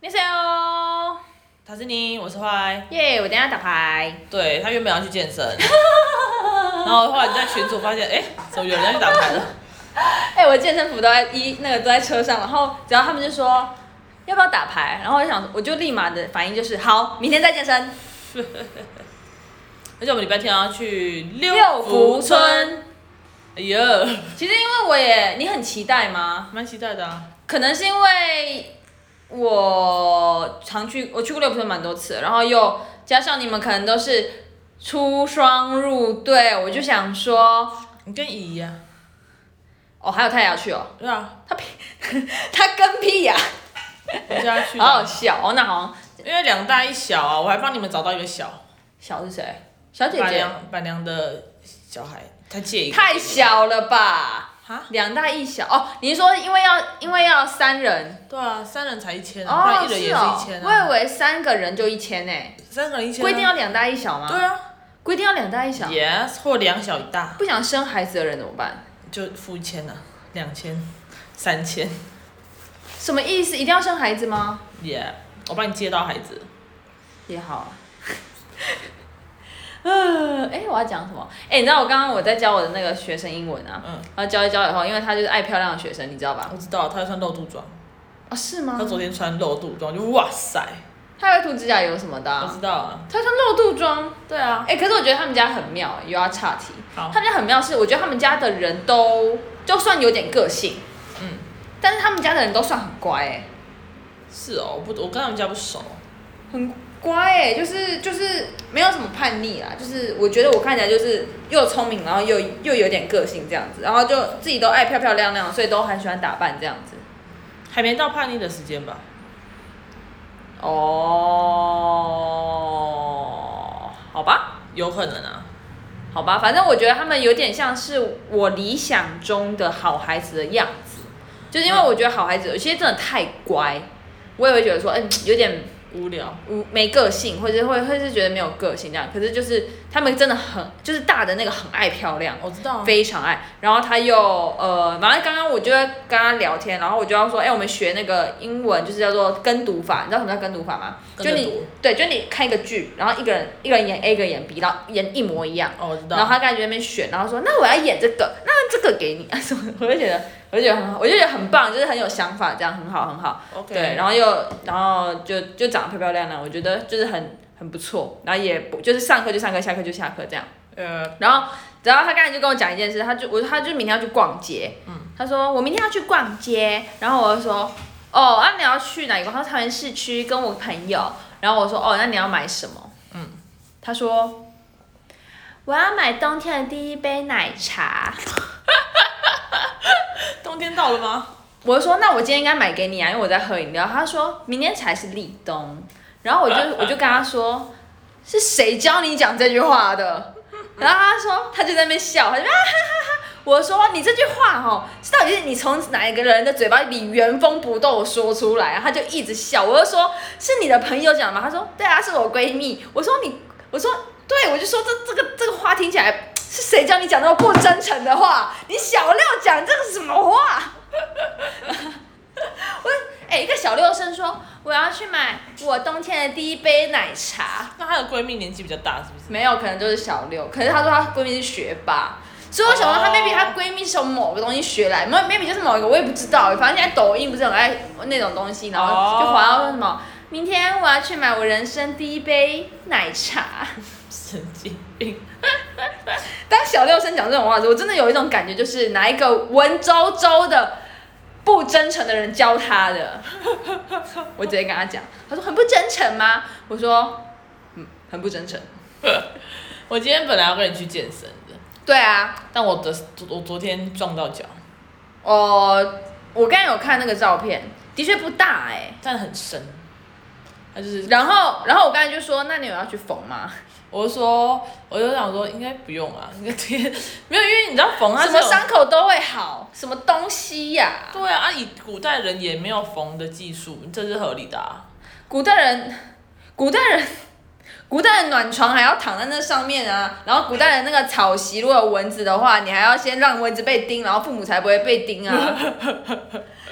你谁哦？塔斯尼，我是坏。耶！我等一下打牌。对他原本要去健 身，然后后来就在群组发现，哎、怎么有人要去打牌了？哎、我健身服都在一那个都在车上，然后只要他们就说要不要打牌，然后我就想，我就立马的反应就是好，明天再健身。而且我们礼拜天要去六六福福村，村，哎呀，其实因为我也你很期待吗？蛮期待的啊。可能是因为我常去，我去过六福村蛮多次，然后又加上你们可能都是出双入对，我就想说，你跟姨呀、哦，还有他也要去 哦，对啊，他跟屁呀、我家去的好好笑哦，那好像因为两大一小啊，我还帮你们找到一个小小是谁？小姐板姐娘板娘的小孩，他借一个太小了吧？哈？两大一小哦，你是说因为要因为要三人对啊，三人才一千啊，不哦然，一人也是是哦一，千啊，我以为三个人就一千呢，三个人一千、啊，规定要两大一小吗对？啊规定要两大一小， ，yes 或两小一大。不想生孩子的人怎么办？就付一千啊，两千、三千，什么意思？一定要生孩子吗？也、我帮你接到孩子。也好啊。 呃，哎，我要讲什么？哎，你知道我刚刚我在教我的那个学生英文啊，嗯然后教一教以后，因为他就是爱漂亮的学生，你知道吧？我知道，他要穿露肚装，哦，是吗他？昨天穿露肚装，就哇塞，他还会涂指甲油什么的啊、我知道啊。他穿露肚装，对啊，哎、可是我觉得他们家很妙、又要岔题。好他们家很妙是，我觉得他们家的人都就算有点个性，嗯，但是他们家的人都算很乖、哎，是哦，我不，我跟他们家不熟，很乖、哎，就是就是没有什么叛逆啦，就是我觉得我看起来就是又聪明，然后又又有点个性这样子，然后就自己都爱漂漂亮亮，所以都很喜欢打扮这样子。还没到叛逆的时间吧？哦，好吧。有可能啊，好吧，反正我觉得他们有点像是我理想中的好孩子的样子，就是因为我觉得好孩子有些真的太乖，我也会觉得说，嗯，有点无聊。无没个性，或者是会会是觉得没有个性这样。可是就是他们真的很，就是大的那个很爱漂亮，我知道啊，非常爱。然后他又呃，反正刚刚我就在跟他聊天，然后我就要说，哎、我们学那个英文就是叫做跟读法，你知道什么叫跟读法吗？跟就着你读对，就你看一个剧，然后一个人一个人演 A，一个人演 B，然后演一模一样。哦，我知然后道，他感觉那边选，然后说那我要演这个，那这个给你 啊什么的，我就觉得我就觉得很好，我就觉得很棒，就是很有想法，这样很好很好。 OK 对，然后又然后就就长得漂漂亮亮，我觉得就是很很不错，然后也不就是上课就上课，下课就下课这样。呃，然后然后他刚才就跟我讲一件事，他就我他就明天要去逛街，他说我明天要去逛街，然后我就说哦，那、你要去哪里逛？他说桃园市区跟我朋友，然后我说哦，那你要买什么？他说我要买冬天的第一杯奶茶。冬天到了吗？我就说那我今天应该买给你啊，因为我在喝饮料。他说明天才是立冬，然后我就我就跟他说是谁教你讲这句话的？然后他说他就在那边笑，他就啊哈哈哈。我说你这句话哦，是到底是你从哪一个人的嘴巴里原封不动说出来啊？他就一直笑，我就说是你的朋友讲的吗？他说对啊，是我闺蜜。我说你，我说对，我就说这这个这个话听起来是谁教你讲那么不真诚的话？你小六讲这个什么话？哎、一个小六生说我要去买我冬天的第一杯奶茶，那她的闺蜜年纪比较大，是不是？ 没有，可能就是小六。可是她说她闺蜜是学霸，所以我想说她哦 maybe 她闺蜜是从某个东西学来，没 maybe 就是某一个，我也不知道。反正现在抖音不是很爱那种东西，然后就滑到什么，明天我要去买我人生第一杯奶茶。神经病，当小六生讲这种话的时候，我真的有一种感觉，就是拿一个文绉绉的、不真诚的人教他的。我直接跟他讲，他说很不真诚吗？我说，嗯，很不真诚。我今天本来要跟你去健身的，对啊，但我的我昨天撞到脚，哦，我刚才有看那个照片，的确不大哎、但很深，它就是然后，然后我刚才就说，那你有要去缝吗？我就说，我就想说应该不用啊，应该贴没有，因为你知道缝它什是么有伤口都会好，什么东西呀、对啊，啊以古代人也没有缝的技术，这是合理的啊。古代人，古代人，古代人暖床还要躺在那上面啊。然后古代人那个草席， 如果有蚊子的话，你还要先让蚊子被叮，然后父母才不会被叮啊。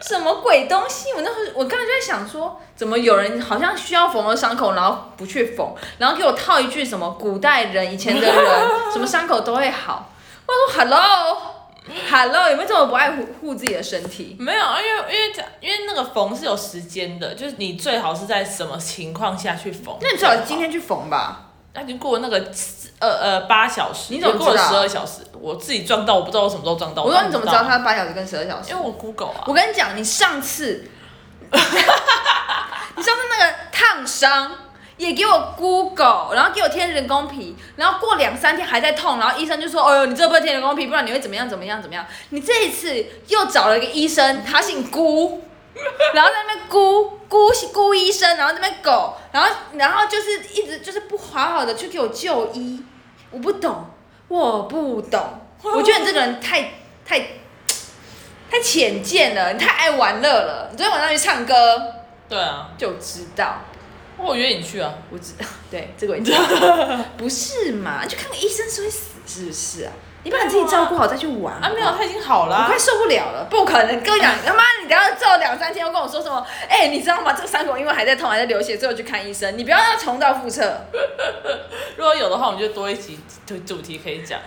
什么鬼东西？我那时候我刚才就在想说，怎么有人好像需要缝了伤口，然后不去缝，然后给我套一句什么古代人以前的人什么伤口都会好。我说 hello hello，有没有这么不爱护护自己的身体？没有，啊因为因为这因为那个缝是有时间的，就是你最好是在什么情况下去缝。那你最好今天去缝吧。那已经过了那个四呃呃八小时，你怎么也过了知道十二小时？我自己撞到，我不知道我什么时候撞到。我说你怎么知道它它？八小时跟十二小时因？为我 Google 啊。我跟你讲，你上次， 你上次那个烫伤也给我 Google，然后给我贴人工皮，然后过两三天还在痛，然后医生就说：“哦呦，你这不要贴人工皮，不然你会怎么样怎么样怎么样。”你这一次又找了一个医生，他姓辜，然后在那边辜辜辜医生，然后在那边狗，然后然后就是一直就是不好好的去给我就医，我不懂，我不 懂，我觉得你这个人太太太浅见了，你太爱玩乐了。你昨天晚上去唱歌对啊，就知道，我约你去啊。我知道， 对这个我知道， 不是嘛？去看个医生是会死是不是啊？你把你自己照顾好再去玩啊，没有，他已经好我啦快。受不了了，不可能！跟我讲，他妈，你等下照两三天又跟我说什么？哎、你知道吗？这个伤口因为还在痛，还在流血，最后去看医生。你不要让它重蹈覆辙。如果有的话，我们就多一集主主题可以讲。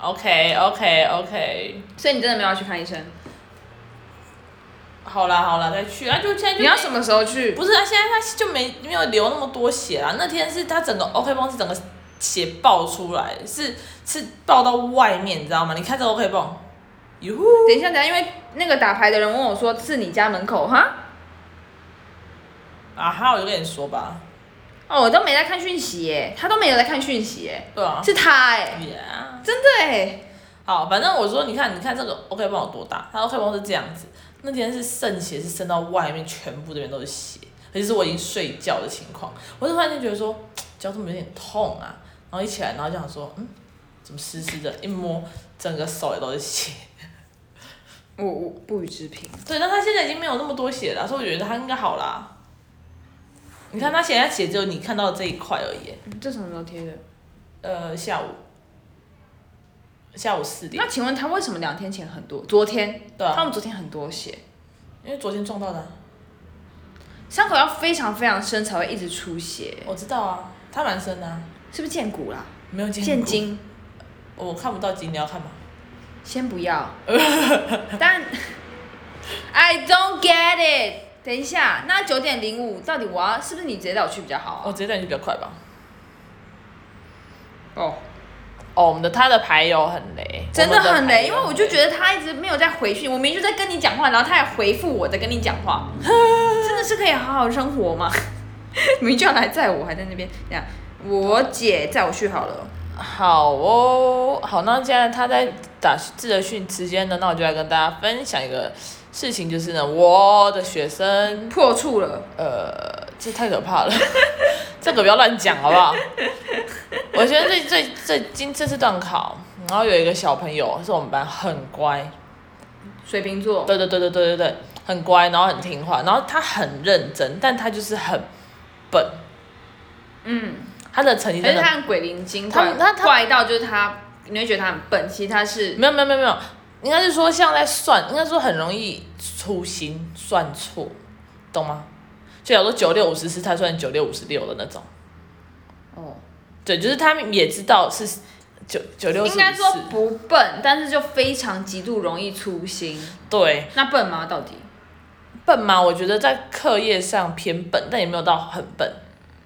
OK OK OK，所以你真的没有要去看医生？好啦好啦，再去啊！就现在就你要什么时候去？不是啊，现在他就没没有流那么多血啊。那天是他整个 OK 泵是整个血爆出来，是是爆到外面，你知道吗？你看这 OK 泵，哟呼，等一下，等一下，因为那个打牌的人问我说是你家门口哈？啊哈，我就跟你说吧，哦，我都没在看讯息耶，他都没有在看讯息耶，对啊，是他哎， Yeah 真的哎，好，反正我说，你看，你看这个 OK 泵有多大？它 OK 泵是这样子，那天是渗血，是渗到外面，全部这边都是血，而且是我已经睡觉的情况。我就突然间觉得说，脚怎么有点痛啊？然后一起来，然后就想说，嗯，怎么湿湿的？一摸，整个手也都是血。我我不予置评。对，但他现在已经没有那么多血了，所以我觉得他应该好啦。你看他现在血只有你看到的这一块而已，这什么时候贴的？呃，下午，下午四点那，请问他为什么两天前很多？昨天对啊他们昨天很多血，因为昨天撞到的啊、伤口要非常非常深才会一直出血，我知道啊，他蛮深的、啊，是不是见骨啦？没有见见过哦筋我看不到筋，你要看吗？先不 要，但 I don't get it。等一下，那九点零五到底我要是不是你直接带我去比较好我啊？直接带你去比较快吧。哦，哦，我们的他的牌友很雷，真的很雷，因为我们的牌友我就觉得他一直没有在回讯，我明明就在跟你讲话，然后他还回复我在跟你讲话， 真的是可以好好生活吗？ 明明就要来载我，还在那边这样，我姐载我去好了。好哦，好，那既然他在打自的训之间呢，那我就来跟大家分享一个事情，就是呢，我的学生，破处了，呃，这太可怕 了，这个不要乱讲好不好？我学生最最最今这次段考，然后有一个小朋友是我们班很乖，水瓶座，对对对对对对对，很乖，然后很听话，然后他很认真，但他就是很笨，嗯，他的成绩可真是的他很鬼灵精他怪，他他怪到就是他，你会觉得他很笨，其实他是没有没有没有没有，应该是说像在算，应该说很容易粗心算错，懂吗？就假如说九六五十是他算九六五十六的那种，哦，对，就是他们也知道是九九六应该说不笨，但是就非常极度容易粗心。对那笨吗？到底？笨嘛，我觉得在课业上偏笨，但也没有到很笨，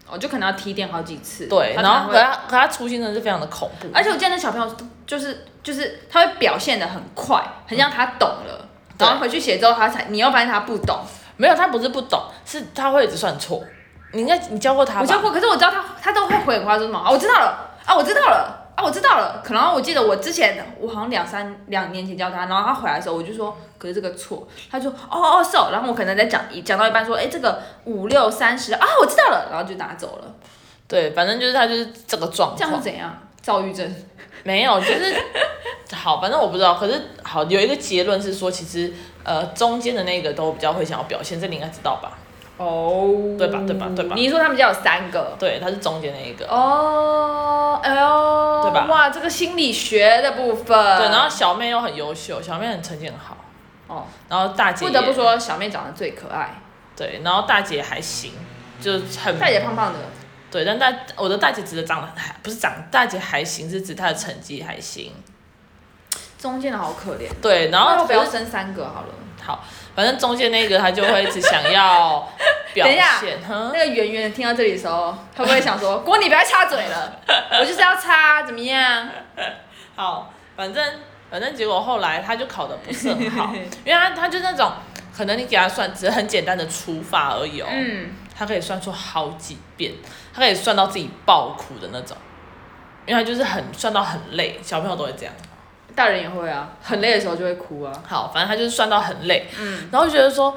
哦，就可能要踢店好几次。对。他然后才可会，他可他粗心真的是非常的恐怖，而且我见那小朋友就是就是他会表现的很快，很像他懂了，对然后回去写之后他才，你又发现他不懂。没有他不是不懂，是他会一直算错。你应该你教过他吧？我教过，可是我知道他他都会回话说什么啊，我知道了啊，我知道了啊，我知道了。可能我记得我之前我好像两三两年前教他，然后他回来的时候我就说，可是这个错，他就说哦哦 so，然后我可能在讲一讲到一半说，哎这个五六三十啊，我知道了，然后就拿走了，对，反正就是他就是这个状这样况是。怎样？躁郁症。没有，就是 好，反正我不知道。可是好，有一个结论是说，其实呃中间的那个都比较会想要表现，这你应该知道吧？哦，对吧对吧对吧你说他们家有三个？对，他是中间那一个。哦，哎呦，对吧哇，这个心理学的部分。对，然后小妹又很优秀，小妹很成绩很好，哦，然后大姐不得也不说小妹长得最可爱，对，然后大姐还行，就很大姐胖胖的，对，但大我的大姐指的长得还不是长，大姐还行是指她的成绩还行。中间的好可怜。对，然那后我不要可是生三个好了。好，反正中间那个她就会一直想要表 等一下现，哼那，个圆圆听到这里的时候，他不会想 说郭你不要插嘴了，我就是要插，怎么样？好，反正反正结果后来她就考得不是 很好，嗯因为她她就那种可能你给她算只是很简单的除法而已哦，嗯，她可以算出好几遍，她可以算到自己爆哭的那种，因为她就是很算到很累，小朋友都会这样。大人也会啊，很累的时候就会哭啊。好，反正他就是算到很累，嗯，然后就觉得说，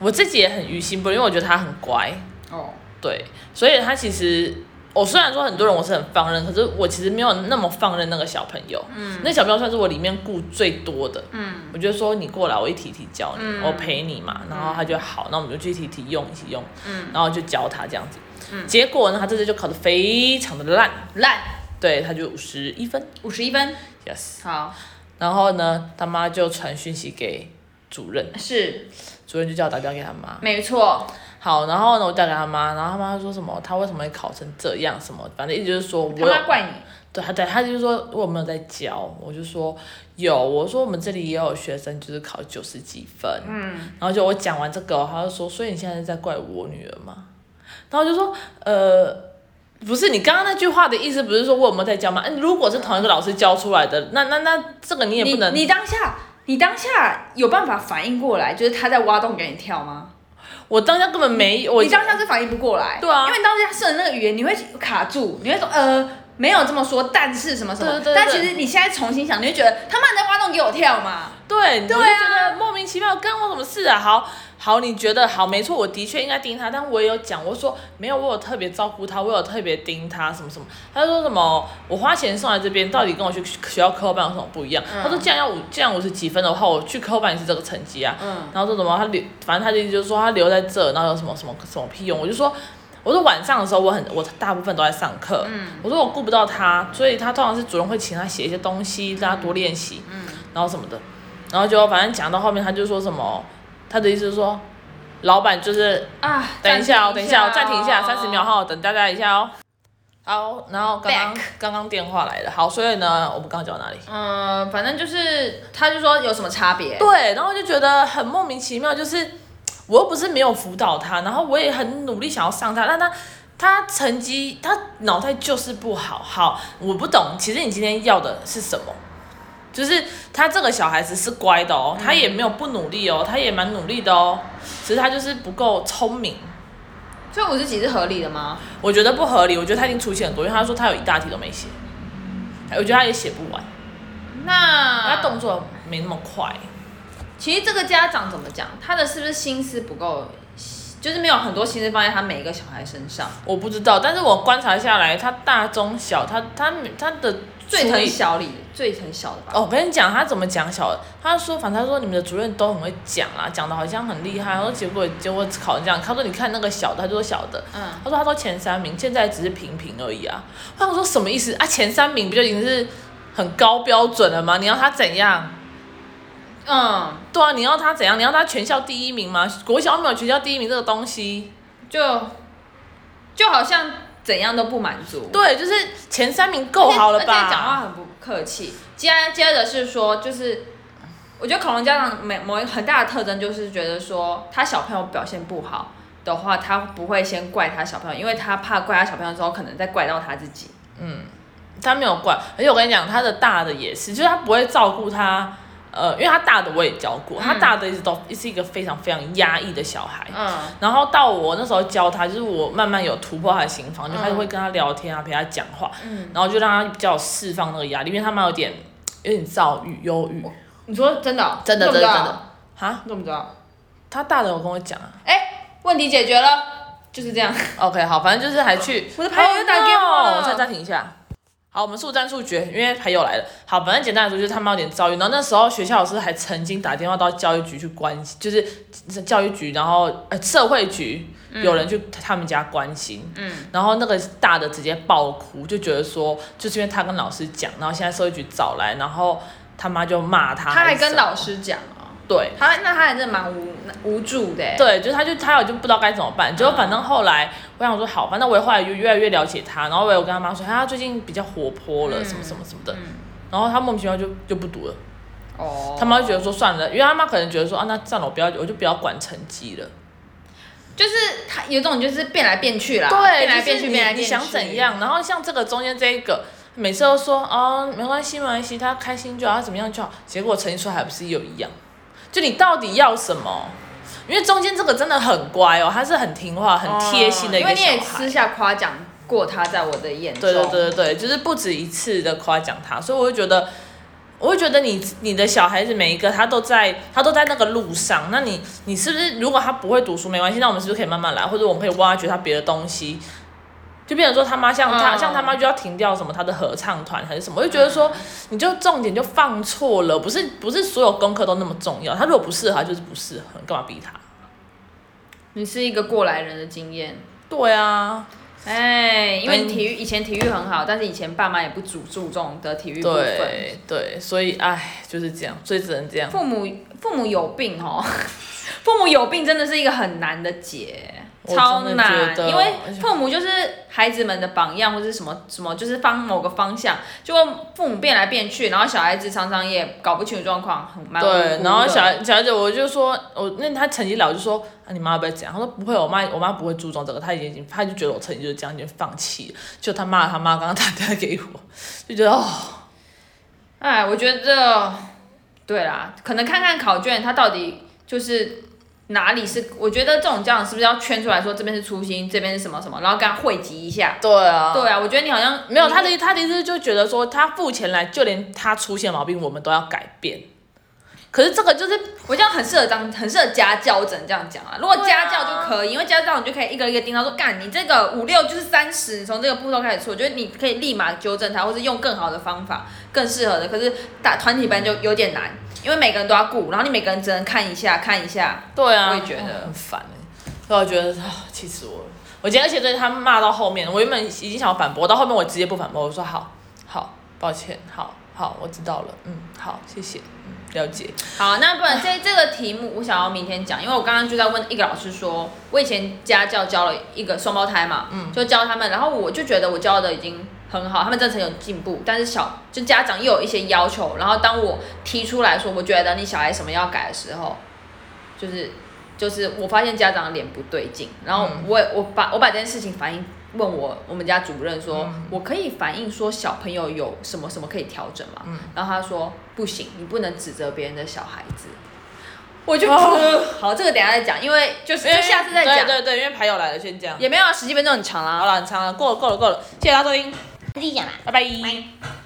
我自己也很于心不忍，因为我觉得他很乖，哦，对，所以他其实我虽然说很多人我是很放任，可是我其实没有那么放任那个小朋友，嗯，那小朋友算是我里面顾最多的，嗯，我就说你过来，我一题一题教你，嗯我陪你嘛，然后他就好，那我们就去一题一题用，一起用，嗯，然后就教他这样子，嗯结果呢，他这次就考得非常的烂，烂对，他就五十一分五十一分， ，yes，好然后呢，他妈就传讯息给主任。是主任就叫我打电话给他妈。没错，好，然后呢，我打给他妈，然后他妈说什么，他为什么会考成这样，什么，反正意思就是说我他有，妈怪你，对，他对，他就是说我有没有在教，我就说有，我说我们这里也有学生就是考九十几分，嗯，然后就我讲完这个，他就说，所以你现在是在怪我女儿吗？然后我就说，呃。不是你刚刚那句话的意思，不是说我有没有在教吗？嗯，如果是同一个老师教出来的，那那那这个你也你不能你当下你当下有办法反应过来，就是他在挖洞给你跳吗？我当下根本没有，我你当下是反应不过来，对啊因为你当下设的那个语言，你会卡住，你会说呃。没有这么说，但是什么什么，对对对但其实你现在重新想，你就觉得他妈你在挖洞给我跳嘛？对，你就对啊觉得莫名其妙，干我什么事啊？好好，你觉得好，没错，我的确应该盯他，但我也有讲，我说没有，我有特别照顾他，我有特别盯他，什么什么。他就说什么，我花钱送来这边，到底跟我去学校课后班有什么不一样？嗯他说，既然要五，既然五十几分的话，我去课后班也是这个成绩啊。嗯，然后说什么，他留，反正他的意思就是说他留在这，然后有什么什么什么屁用？我就说。我说晚上的时候，我很我大部分都在上课。我说我顾不到他，所以他通常是主任会请他写一些东西，让他多练习。然后什么的，然后就反正讲到后面，他就说什么，他的意思是说，老板就是啊，等一下哦，等一下哦，暂暂停一下，哦三十秒哈，等大家一下哦。好，然后刚刚 Back 刚刚电话来了，好，所以呢，我们刚刚讲到哪里？嗯，反正就是，他就说有什么差别？对，然后我就觉得很莫名其妙，就是我又不是没有辅导他，然后我也很努力想要上他，但他他成绩他脑袋就是不好。好，我不懂，其实你今天要的是什么？就是他这个小孩子是乖的哦，他也没有不努力哦，他也蛮努力的哦，只是他就是不够聪明。所以五十几是合理的吗？我觉得不合理，我觉得他已经出现很多，因为他说他有一大题都没写，我觉得他也写不完，那他动作没那么快。其实这个家长怎么讲，他的是不是心思不够，就是没有很多心思放在他每一个小孩身上，我不知道，但是我观察下来，他大中小，他他他的最处疼理小李，最疼小的吧？哦，我跟你讲，他怎么讲小的？他说，反正他说你们的主任都很会讲啊，讲的好像很厉害。然后结果结果考成这样，他说你看那个小的，他就说小的，嗯他说他都前三名，现在只是平平而已啊。我想说什么意思啊？前三名不就已经是很高标准了吗？你要他怎样？嗯，对啊，你要他怎样？你要他全校第一名吗？国小没有全校第一名这个东西。就就好像怎样都不满足。对，就是前三名 够哦好了吧？而且讲话很不客气。接接着是说，就是我觉得恐龙家长每某一个很大的特征就是觉得说，他小朋友表现不好的话，他不会先怪他小朋友，因为他怕怪他小朋友之后，可能再怪到他自己。他没有怪，而且我跟你讲，他的大的也是，就是他不会照顾他，呃，因为他大的我也教过，他大的一直都是一个非常非常压抑的小孩。嗯然后到我那时候教他，就是我慢慢有突破他的心房，就开始嗯会跟他聊天啊，陪他讲话，嗯，然后就让他比较释放那个压力，因为他蛮有点有点躁郁、忧郁，你说真的哦、真的你怎么真的真知道的，哈，你怎么知道？他大的有跟我讲啊哎、问题解决了，就是这样。 ，OK，好，反正就是还去，哦我的朋友又打给我 Oh 哦 no！我再暂停一下。好，我们速战速决，因为朋友来了。好，反正简单来说就是他们有点遭遇，然后那时候学校老师还曾经打电话到教育局去关心，就是教育局，然后呃社会局有人去他们家关心，嗯，然后那个大的直接爆哭，就觉得说就是因为他跟老师讲，然后现在社会局找来，然后他妈就骂 他，他还跟老师师讲哦，对，他那他还真的蛮无无助的欸。对，就是他就他我就不知道该怎么办，嗯结果反正后来我想说好，反正我也后来就越来越了解他，然后我有跟他妈说，哎他最近比较活泼嗯了，什么什么什么的，然后他莫名其妙就就不读了，哦，他妈就觉得说算了，因为他妈可能觉得说啊，那算了，我不要，我就不要管成绩了，就是他有种就是变来变去啦，对，变来变就是去，你变来变去，你想怎？样？然后像这个中间这一个。每次都说哦，没关系，没关系，他开心就好，他怎么样就好。结果成绩出来还不是又一样？就你到底要什么？因为中间这个真的很乖哦，他是很听话、很贴心的一哦因为个小你孩。也私下夸奖过他，在我的眼中，对对对对对，就是不止一次的夸奖他，所以我会觉得，我会觉得你你的小孩子每一个他都在他都在那个路上，那你你是不是如果他不会读书没关系，那我们是不是可以慢慢来，或者我们可以挖掘他别的东西？就变成说他妈像他、嗯像他妈就要停掉什么他的合唱团还是什么，我就觉得说你就重点就放错了，不是不是所有功课都那么重要，他如果不适合他就是不适合，你干嘛逼他？你是一个过来人的经验。对啊，哎，因为嗯体育以前体育很好，但是以前爸妈也不注注重的体育部分，对对，所以唉就是这样，所以只能这样。父母父母有病哦， 父母有病真的是一个很难的解，我超真的觉难，得因为而且父母就是孩子们的榜样或是什么什么，就是方某个方向，就父母变来变去，然后小孩子常常也搞不清楚状况，很蛮无辜对，的然后小孩小孩子，我就说，我那他成绩了，我就说啊，你妈会不会这样？他说不会，我妈我妈不会注重这个，她已经她就觉得我成绩就是这样，已经放弃了。就他妈他妈刚刚打电话给我，就觉得哦，哎，我觉得，对啦，可能看看考卷，它到底就是哪里是，我觉得这种家长是不是要圈出来说这边是初心，这边是什么什么，然后跟他汇集一下。对啊，对啊，我觉得你好像没有他你的他的意思就觉得说，他付钱来，就连他出现毛病，我们都要改变。可是这个就是我这样很适合当，很适合家教，我只能这样讲啊。如果对啊家教就可以，因为家教你就可以一个一个盯到说，干你这个五六就是三十，你从这个步骤开始做，我觉得你可以立马纠正他，或是用更好的方法，更适合的。可是打团体班就有点难，因为每个人都要顾，然后你每个人只能看一下看一下。对啊，我也觉得哦很烦哎、所以我觉得啊，气死我了。我今天而且对他骂到后面，我原本已经想要反驳，到后面我直接不反驳，我说好，好，抱歉，好，好，我知道了，嗯，好，谢谢，嗯，了解。好，那不然这这个题目我想要明天讲，因为我刚刚就在问一个老师说，我以前家教教了一个双胞胎嘛，嗯，就教他们，然后我就觉得我教的已经很好，他们真的很有进步，但是小就家长又有一些要求，然后当我提出来说，我觉得你小孩什么要改的时候，就是就是我发现家长的脸不对劲，然后嗯我也我把我把这件事情反映。问我我们家主任说，嗯我可以反映说小朋友有什么什么可以调整吗？嗯然后他说不行，你不能指责别人的小孩子。我就、哦 好，这个等一下再讲，因为就是就下次再对讲，对对，因为牌友来了，先这样。也没有啊十几分钟很长啦好。了，很长了，够了够了够了，谢谢大家收听，自己讲啦。拜拜拜